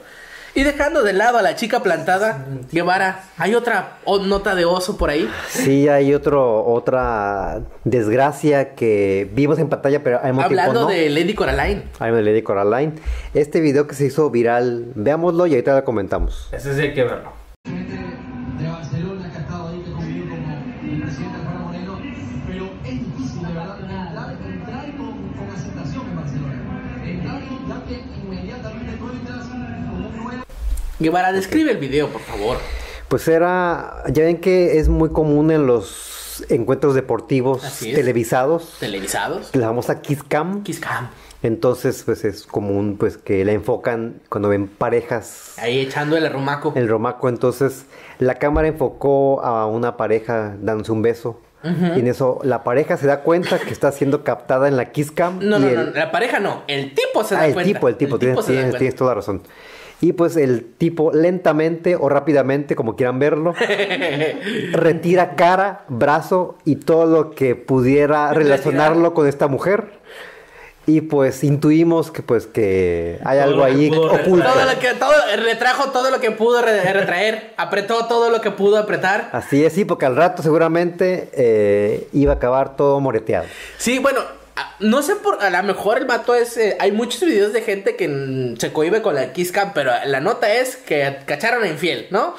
D: Y dejando de lado a la chica plantada, Guevara, hay otra o- nota de oso por ahí.
E: Sí, hay otro, otra desgracia que vimos en pantalla, pero al mismo tiempo
D: Hablando
E: no.
D: de Lady Coraline.
E: Ahí me le di Coraline. Este video que se hizo viral, veámoslo y ahorita lo comentamos.
F: Ese sí hay que verlo.
G: de Barcelona que ha estado ahí, que convivió como presidente Alfaro Moreno, pero es difícil de verdad entrar, entrar con, con aceptación en Barcelona. Entrar y darte inmediatamente cuentas como un nuevo.
D: Guevara, describe el video, por favor.
E: Pues era, ya ven que es muy común en los encuentros deportivos
D: Así es.
E: televisados,
D: Televisados.
E: la famosa Kiss Cam.
D: Kiss Cam.
E: Entonces, pues es común pues que la enfocan cuando ven parejas
D: Ahí echando el arrumaco.
E: el romaco. Entonces, la cámara enfocó a una pareja dándose un beso. Y en eso, la pareja se da cuenta que está siendo captada en la Kiss Cam.
D: No,
E: y
D: no,
E: el-
D: no, la pareja no. El tipo se da
E: Ah, el
D: cuenta.
E: tipo, el tipo, tienes,
D: se da
E: tienes-
D: cuenta.
E: tienes toda la razón. Y pues el tipo lentamente o rápidamente, como quieran verlo, retira cara, brazo y todo lo que pudiera relacionarlo con esta mujer. Y pues intuimos que pues que hay
F: Todo
E: algo
F: lo que
E: ahí
F: pudo
E: oculto.
D: Todo lo que, todo, retrajo todo lo que pudo re- retraer. apretó todo lo que pudo apretar.
E: Así es, sí, porque al rato seguramente eh, iba a acabar todo moreteado.
D: Sí, bueno, a- no sé por. A lo mejor el vato es. eh, hay muchos videos de gente que mm, se cohibe con la Kiss Cam, pero la nota es que cacharon a infiel, ¿no?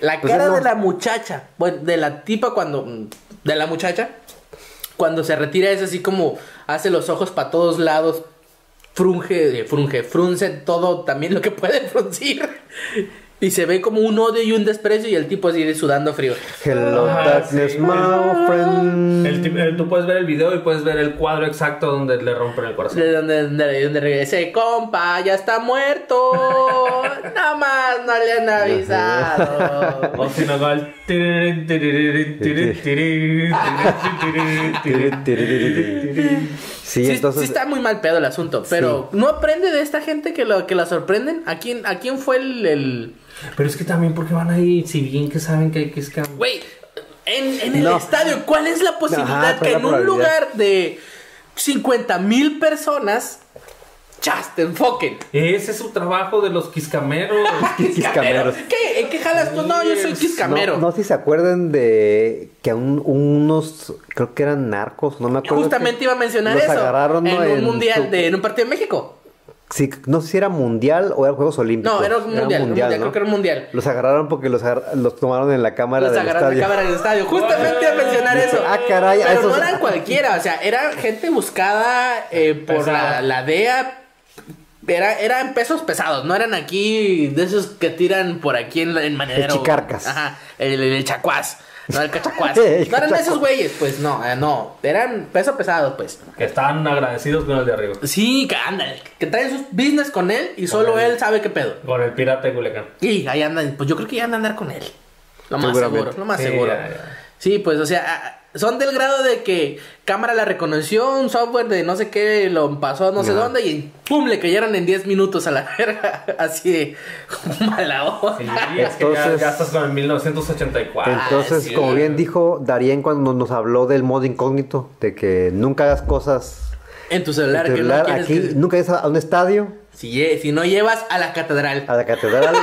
D: La
E: Pues
D: cara
E: no.
D: de la muchacha, bueno, de la tipa cuando. mm, De la muchacha, cuando se retira es así como hace los ojos para todos lados. Frunge, eh, frunge, frunce todo también lo que puede fruncir. Y se ve como un odio y un desprecio y el tipo así sudando frío.
E: Hello,
F: Ah,
E: darkness,
F: sí.
E: my
D: Mm.
E: friend.
F: El tip- el- tú puedes ver el video y puedes ver el cuadro exacto donde le rompen el corazón.
D: De donde, de donde regrese, compa, ya está muerto. Nada más no le han avisado.
F: O si no, con el tirirín, tirirín, tirirín, tirirín, tirirín, tirirín, tirirín.
E: Sí,
D: Sí,
E: entonces.
D: sí está muy mal pedo el asunto, pero no aprende de esta gente que, lo, que la sorprenden. ¿A quién, a quién fue el. el-
F: Pero es que también, porque van ahí? Si bien que saben que hay que escam.
D: Güey, en, en el
E: No.
D: estadio, ¿cuál es la posibilidad
E: Ajá,
D: que
E: ¿cuál es la
D: en un
E: probabilidad?
D: lugar de 50 mil personas, chas, te enfoquen?
F: Ese es su trabajo de los quiscameros.
E: Quiscameros.
D: ¿Qué? ¿En qué jalas tú? No, yo soy quiscamero.
E: No, no sé si se acuerdan de que a un- unos, creo que eran narcos, no me acuerdo.
D: Justamente
E: que
D: iba a mencionar
E: los
D: eso.
E: agarraron ¿no?
D: en un mundial,
E: su- Pues,
D: de, en un partido de México.
E: Sí, no sé si era mundial o eran Juegos Olímpicos.
D: No, era un mundial, era un mundial,
E: ¿no?
D: creo que era un mundial.
E: Los agarraron porque los, agar- los tomaron en la cámara
D: Los
E: del
D: agarraron de
E: estadio.
D: cámara en el estadio. Justamente iba a mencionar
E: Dice,
D: eso.
E: ah, caray, a
D: Pero
E: esos-
D: no eran cualquiera, o sea, era gente buscada eh, por la,
F: Pesada.
D: la DEA. Era, eran pesos pesados, no eran aquí de esos que tiran por aquí en, la- en manedero.
E: El chicarcas.
D: Ajá, el, el chacuás. No, el cachacuás.
E: El
D: no eran de esos
E: cachacuás.
D: güeyes, pues no, eh, no. Eran peso pesado, pues.
F: Que están agradecidos con el de arriba.
D: Sí, que ándale. Que traen sus business con él y solo él sabe qué pedo.
F: Con el pirata de Culiacán.
D: Y ahí andan, pues yo creo que ya andan a andar con él. Lo más
E: Seguramente.
D: seguro, lo más
F: Sí,
D: seguro.
F: ya, ya.
D: Sí, pues, o sea, a- son del grado de que cámara la reconoció, un software de no sé qué lo pasó a no sé
E: Ajá.
D: dónde y ¡pum! le cayeron en 10 minutos a la verga. Así de mala hora.
F: Sí, es que ya-
E: Entonces-
F: ya, estás con el 1984.
E: Ah, Entonces,
D: sí.
E: como bien dijo Darien cuando nos habló del modo incógnito, de que nunca hagas cosas
D: En tu celular, que
E: celular
D: no quieres
E: aquí,
D: que-
E: nunca vayas a a un estadio,
D: Si, lle- si no llevas a la catedral.
E: a la catedral,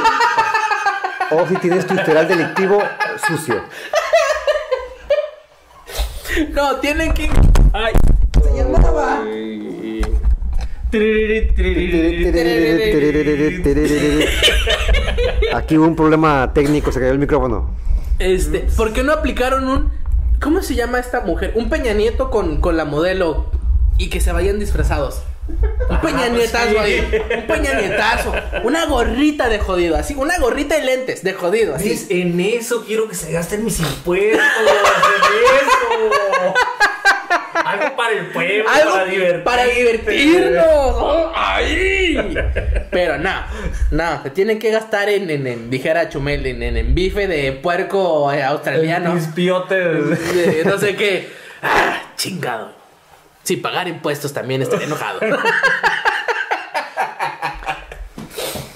E: o si tienes tu historial delictivo sucio.
D: No, tienen que.
F: Ay.
E: Aquí hubo un problema técnico, se cayó el micrófono.
D: Este, ¿por qué no aplicaron un. ¿Cómo se llama esta mujer? Un Peña Nieto con, con la modelo y que se vayan disfrazados. Un peña nietazo ahí, un peña nietazo, una gorrita de jodido, así, una gorrita y lentes de jodido, así.
F: Sí, En eso quiero que se gasten mis impuestos. En eso. Algo para el pueblo,
D: Algo
F: para divertirte.
D: para divertirnos. ¿no? ¡Ay! Pero no, no, se tienen que gastar en, en, en, dijera Chumel, en, en, en bife de puerco eh, australiano.
F: Mis piotes.
D: de no sé qué. Ah, chingado. Sin pagar impuestos también estaría enojado.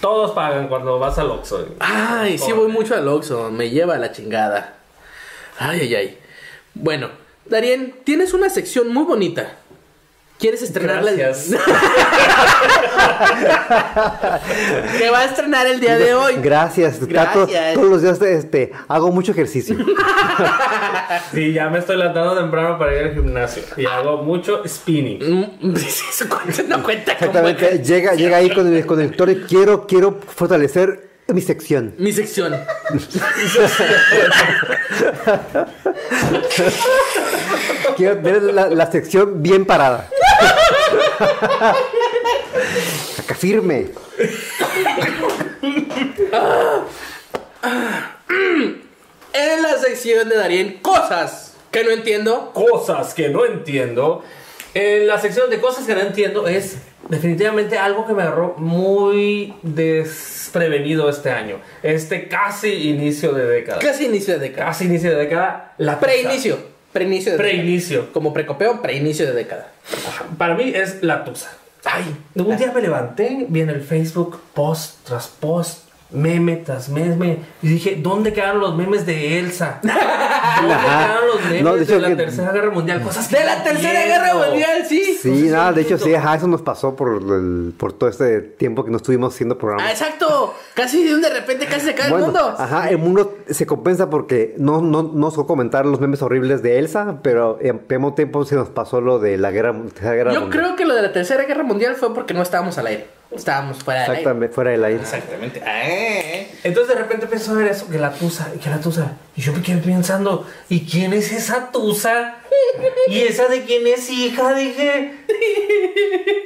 F: Todos pagan cuando vas al Oxxo.
D: Ah. Ay, sí voy mucho al Oxxo, me lleva a la chingada. Ay, ay, ay. Bueno, Darien, tienes una sección muy bonita. ¿Quieres estrenarla? el-
F: Gracias.
D: que va a estrenar el día de hoy.
E: Gracias, Tato.
D: Gracias.
E: Todos los días este, hago mucho ejercicio.
F: Sí, ya me estoy levantando temprano para ir al gimnasio. Y
D: Ah.
F: hago mucho spinning.
D: Mm, Eso cuenta- no cuenta como
E: Exactamente, llega, llega ahí con el conector y quiero, quiero fortalecer mi sección.
D: mi sección.
E: Quiero tener la, la sección bien parada. Acá firme.
D: En la sección de Darien, cosas que no entiendo.
F: Cosas que no entiendo. En la sección de cosas que no entiendo es definitivamente algo que me agarró muy desprevenido este año. Este casi inicio de década.
D: Casi inicio de década.
F: Casi inicio de década. La
D: Preinicio. Preinicio de década.
F: Preinicio.
D: Como precopeo, preinicio de década.
F: Para mí es la tusa. Ay, un día me levanté, vi en el Facebook post tras post, meme tras meme, y dije, ¿dónde quedaron los memes de Elsa? ¿Dónde quedaron los memes
E: No, de
F: de,
E: hecho
F: la
E: que-
F: Tercera Guerra Mundial? Cosas que
D: De
F: no
D: la tercera
F: entiendo.
D: guerra mundial, sí.
E: Sí, nada, de hecho sí, ajá, eso nos pasó por, el- por todo este tiempo que no estuvimos haciendo
D: Ah,
E: programas.
D: exacto. Casi de un de repente casi se cae
E: Bueno, ah,
D: el mundo.
E: Ajá, el mundo se compensa porque no, no, no nos tocó comentar los memes horribles de Elsa, pero en mismo tiempo se nos pasó lo de la guerra, la guerra
D: Yo
E: mundial.
D: creo que lo de la tercera guerra mundial fue porque no estábamos al aire. Estábamos fuera del aire.
E: Exactamente, fuera del aire.
F: Exactamente. Entonces de repente empezó a ver eso, que la tusa, y que la tusa. Y yo me quedé pensando, ¿y quién es esa tusa? ¿Y esa de quién es hija? Dije.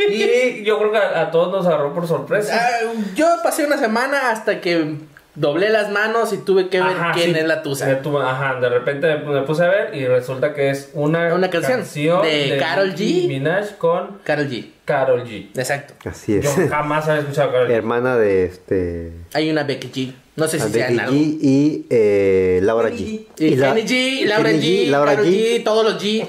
F: Y yo creo que a, a todos nos agarró por sorpresa.
D: Ah, yo pasé una semana hasta que doblé las manos y tuve que ver
F: Ajá,
D: quién
F: sí.
D: es la tusa.
F: Me tuve- ajá, de repente me, me puse a ver y resulta que es una,
D: Una canción de Karol
F: Nicki
D: G.
F: Minaj con
D: Carol G.
F: Carol G.
D: Exacto.
E: Así es.
F: Yo jamás había escuchado a Karol G.
E: Hermana de este
D: Hay una Becky G. No sé si sea
E: Becky
D: en algo.
E: G y eh, Laura G.
D: Y
E: la-
D: Kenny G, Laura
E: Kenny
D: G,
E: Laura
D: Karol
E: G,
D: G, todos los G.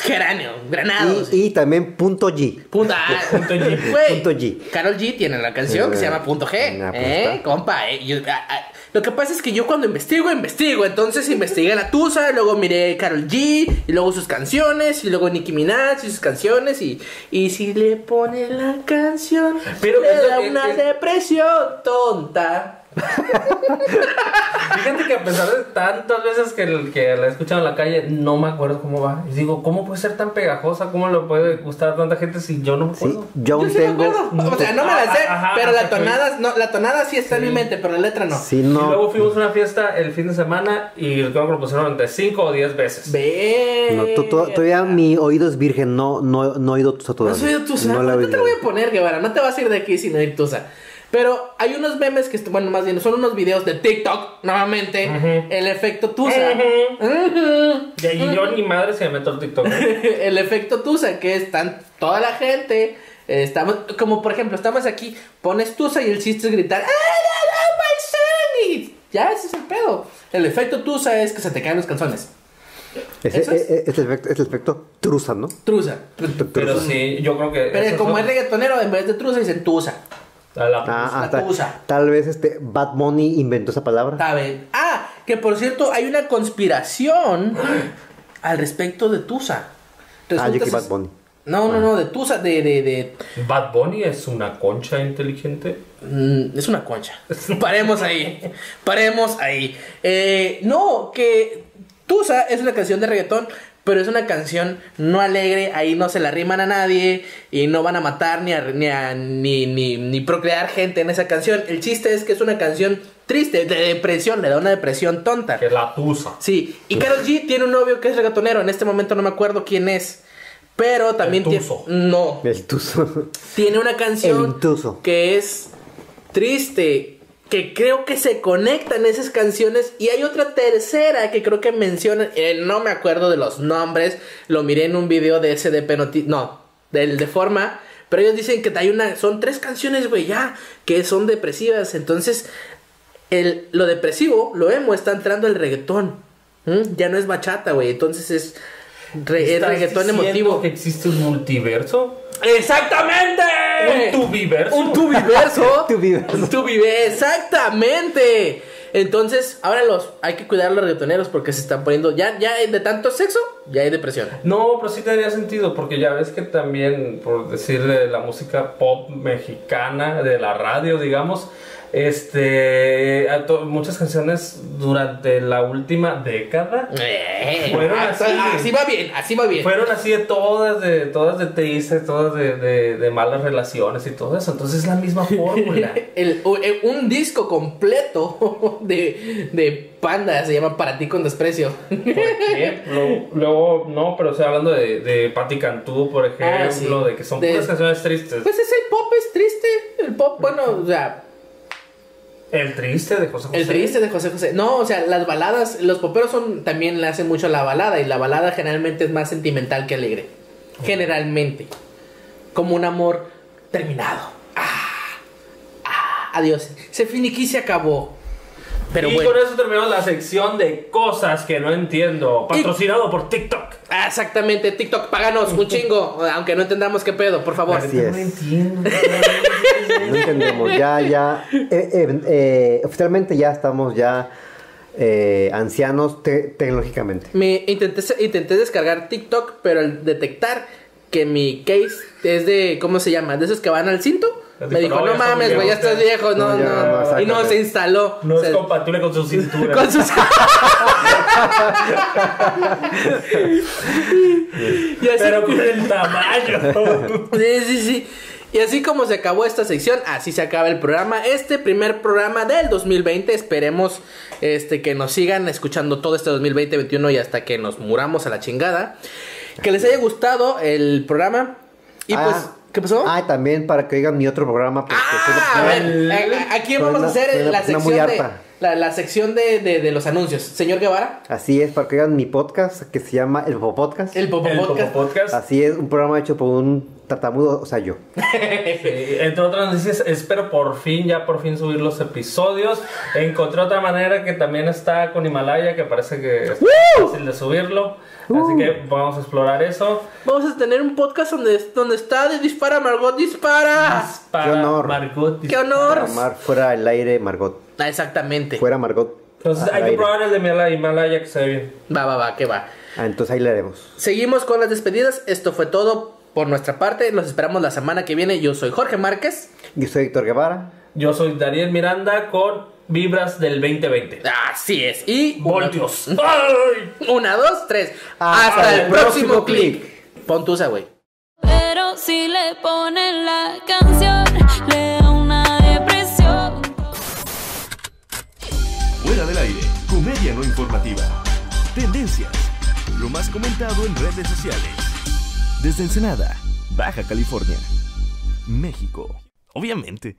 D: Geranio, Granados.
E: y, y también punto G.
D: Punta ah,
F: Punto G.
D: güey.
E: Punto G.
D: Carol G tiene la canción que se llama Punto G.
E: Ah, pues
D: eh,
E: está.
D: compa, eh. Yo- ah, ah, Lo que pasa es que yo cuando investigo, investigo. Entonces investigué la Tusa, luego miré Carol G, y luego sus canciones, y luego Nicki Minaj y sus canciones. Y, y si le pone la canción,
F: Pero
D: le
F: es lo
D: da
F: que-
D: una
F: es-
D: depresión tonta.
F: Fíjate que a pesar de tantas veces que, el- que la he escuchado en la calle, no me acuerdo cómo va. Y digo, ¿cómo puede ser tan pegajosa? ¿Cómo le puede gustar a tanta gente si yo no me
E: Sí,
F: acuerdo?
E: yo aún
D: Yo sí me
E: tengo.
D: acuerdo. O sea, no me la sé,
F: Pues, Ah, Ajá,
D: pero la
F: ajá,
D: tonada, no, la tonada sí está en mi mente, pero la letra no.
E: Sí,
F: Y luego
E: no.
F: fuimos a una fiesta el fin de semana y creo que lo pusieron entre 5 o 10 veces.
D: Ve.
E: no, to- to- todavía mi oído es virgen, no, no, no he oído tusa
D: No
E: todavía.
D: has oído Tusa.
E: No la he
D: no te
E: oído.
D: la voy a poner, Guevara. No te vas a ir de aquí sin oír Tusa. Pero hay unos memes que, est- bueno, más bien, son unos videos de TikTok, nuevamente. El efecto Tusa. Ujú.
F: Y ahí yo ni madre se me meto el TikTok.
D: el efecto Tusa, que están toda la gente. eh, Estamos, como por ejemplo, estamos aquí, pones Tusa y "¡Ah, el chiste es gritar. ¡Ay, no, no, my son! Y Ya ese es el pedo. El efecto Tusa es que se te caen los calzones.
E: Ese-
D: ¿Eso es?
E: e- e- Es el efecto- es el efecto trusa, ¿no?
D: Trusa.
F: Pero sí, yo creo que.
D: Pero
F: esos
D: como
F: son-
D: es reggaetonero, en vez de Trusa dicen Tusa.
F: a la-
E: Ah,
D: La
E: ah, tal-
D: tusa.
E: Tal vez este Bad Money inventó esa palabra.
D: Saben. Ah, que por cierto, hay una conspiración al respecto de Tusa.
E: Ah, yo que
D: Resulta-
E: Bad Bunny. Ah.
D: No, no, no, de Tusa, de, de, de-
F: Bad Bunny es una concha inteligente.
D: Mm, es una concha. Paremos ahí. Paremos ahí. Eh, no, que Tusa es una canción de reggaetón, pero es una canción no alegre. Ahí no se la riman a nadie y no van a matar ni, a- ni, a- ni, ni, ni procrear gente en esa canción. El chiste es que es una canción triste, de depresión, le da una depresión tonta.
F: Que la tusa.
D: Sí, y Karol G tiene un novio que es reggaetonero. En este momento no me acuerdo quién es. Pero también
F: El
D: tiene.
F: Tuzo.
D: No.
E: El tuso.
D: Tiene una
E: El
D: canción
E: Tuzo.
D: que es triste. Que creo que se conectan esas canciones. Y hay otra tercera que creo que mencionan. eh, no me acuerdo de los nombres. Lo miré en un video de SDP Noti- No, del de forma. Pero ellos dicen que hay una. Son tres canciones, güey, ya. Que son depresivas. Entonces, el, lo depresivo, lo emo, está entrando el reggaetón. ¿Mm? Ya no es bachata, güey. Entonces es, re- es
F: ¿Estás
D: reggaetón
F: diciendo
D: emotivo.
F: que existe un multiverso?
D: ¡Exactamente!
F: ¿Un tubiverso?
D: Un tubiverso.
E: Tubiverso.
D: Un tubive- exactamente. Entonces, ahora los hay que cuidar a los reggaetoneros porque se están poniendo. Ya, ya de tanto sexo, ya hay depresión.
F: No, pero sí tendría sentido, porque ya ves que también, por decirle, la música pop mexicana de la radio, digamos, este, a to- muchas canciones durante la última década
D: Eh,
F: Fueron
D: así,
F: así.
D: así va bien, así va bien.
F: fueron así de todas, de todas de tristes, todas de, de- de malas relaciones y todo eso. Entonces es la misma fórmula.
D: El- u- eh, un disco completo de, de panda se llama Para ti con desprecio.
F: por ejemplo. Luego, no, pero estoy hablando de, de Patti Cantú, por ejemplo,
D: Ah, sí.
F: de que son
D: De-
F: puras canciones tristes.
D: Pues es el pop, es triste. El pop, bueno, o sea,
F: El triste de José José.
D: El triste de José José. No, o sea, las baladas, los poperos son, también le hacen mucho a la balada y la balada generalmente es más sentimental que alegre. Generalmente. Como un amor terminado. Ah, ah, adiós. Se finiquí se acabó. Pero
F: y
D: bueno.
F: con eso terminamos la sección de cosas que no entiendo. Patrocinado por TikTok.
D: Ah, exactamente, TikTok, páganos un chingo, aunque no entendamos qué pedo, por favor.
E: Así es. No entendemos. Ya, ya. eh, eh, eh, oficialmente ya estamos ya eh, ancianos te- tecnológicamente.
D: Me intenté, intenté descargar TikTok, pero al detectar que mi case es de, ¿cómo se llama? De esos que van al cinto,
F: Ya
D: me
F: dijo,
D: dijo, no
F: "No, ya estás
D: mames, güey, ya
F: viejo,
D: estás
F: ya".
D: viejo, no,
E: No, ya, no,
D: no.
E: sácate.
D: Y no se instaló.
F: No
D: O sea,
F: es compatible con su cintura.
D: con sus... y así,
F: Pero con el tamaño.
D: sí, sí, sí. Y así como se acabó esta sección, así se acaba el programa. Este primer programa del 2020. Esperemos este, que nos sigan escuchando todo este 2020, 2021 y hasta que nos muramos a la chingada. Que les haya gustado el programa. Y
E: Ah, pues,
D: pues, ¿qué pasó?
E: Ah, y también para que oigan mi otro programa. porque
D: Ah, a
E: fue-
D: ver,
E: pues,
D: a- a- aquí
E: Suena-
D: vamos a hacer
E: suena-
D: la
E: suena pues, muy
D: sección, de,
E: harta.
D: la, la sección de, de- de los anuncios. Señor Guevara,
E: Así es, para que oigan mi podcast que se llama El Popo Podcast.
D: el Popo
F: El
D: Podcast.
F: Popo Podcast.
E: Así es, un programa hecho por un tartamudo, o sea, yo.
F: Eh, Entre otras noticias, espero por fin, ya por fin subir los episodios. Encontré otra manera que también está con Himalaya, que parece que es fácil de subirlo. Así que vamos a explorar eso.
D: Vamos a tener un podcast donde, donde está de Dispara Margot Dispara.
F: Para
E: honor.
F: Margot.
D: ¡Qué honor!
E: Para amar fuera el aire, Margot.
D: Ah, exactamente.
E: Fuera Margot.
F: Entonces
E: al
F: hay que
E: aire.
F: probar el de Himalaya- Himalaya que se ve bien.
D: Va, va, va, que va.
E: Ah, entonces ahí le haremos.
D: Seguimos con las despedidas. Esto fue todo por nuestra parte. Los esperamos la semana que viene. Yo soy Jorge Márquez.
E: Yo soy Héctor Guevara.
F: Yo soy Daniel Miranda con Vibras del 2020.
D: Así es. Y.
F: Voltios. ¡Ay!
D: Una, dos, tres.
E: Hasta
D: Hasta, el
E: el
D: próximo
E: próximo
D: clic. Pontusa, güey.
H: Pero si le ponen la canción, le da una depresión.
C: Fuera del aire, comedia no informativa. Tendencias, lo más comentado en redes sociales. Desde Ensenada, Baja California, México, obviamente.